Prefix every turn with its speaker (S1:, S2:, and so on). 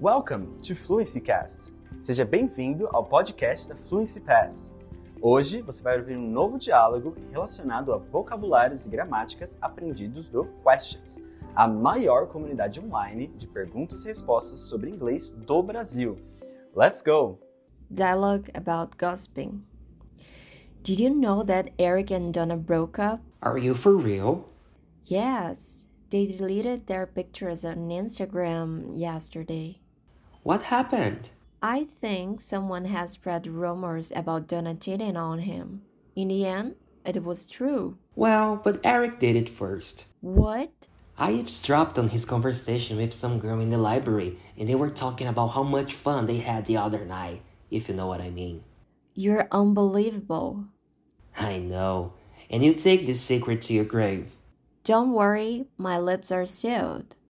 S1: Welcome to Fluency Cast. Seja bem-vindo ao podcast da Fluency Pass. Hoje você vai ouvir um novo diálogo relacionado a vocabulários e gramáticas aprendidos do Questions, a maior comunidade online de perguntas e respostas sobre inglês do Brasil. Let's go!
S2: Dialogue about gossiping. Did you know that Eric and Donna broke up?
S3: Are you for real?
S2: Yes, they deleted their pictures on Instagram yesterday.
S3: What happened?
S2: I think someone has spread rumors about Donna cheating on him. In the end, it was true.
S3: Well, but Eric did it first.
S2: What?
S3: I eavesdropped on his conversation with some girl in the library, and they were talking about how much fun they had the other night, if you know what I mean.
S2: You're unbelievable.
S3: I know. And you take this secret to your grave.
S2: Don't worry, my lips are sealed.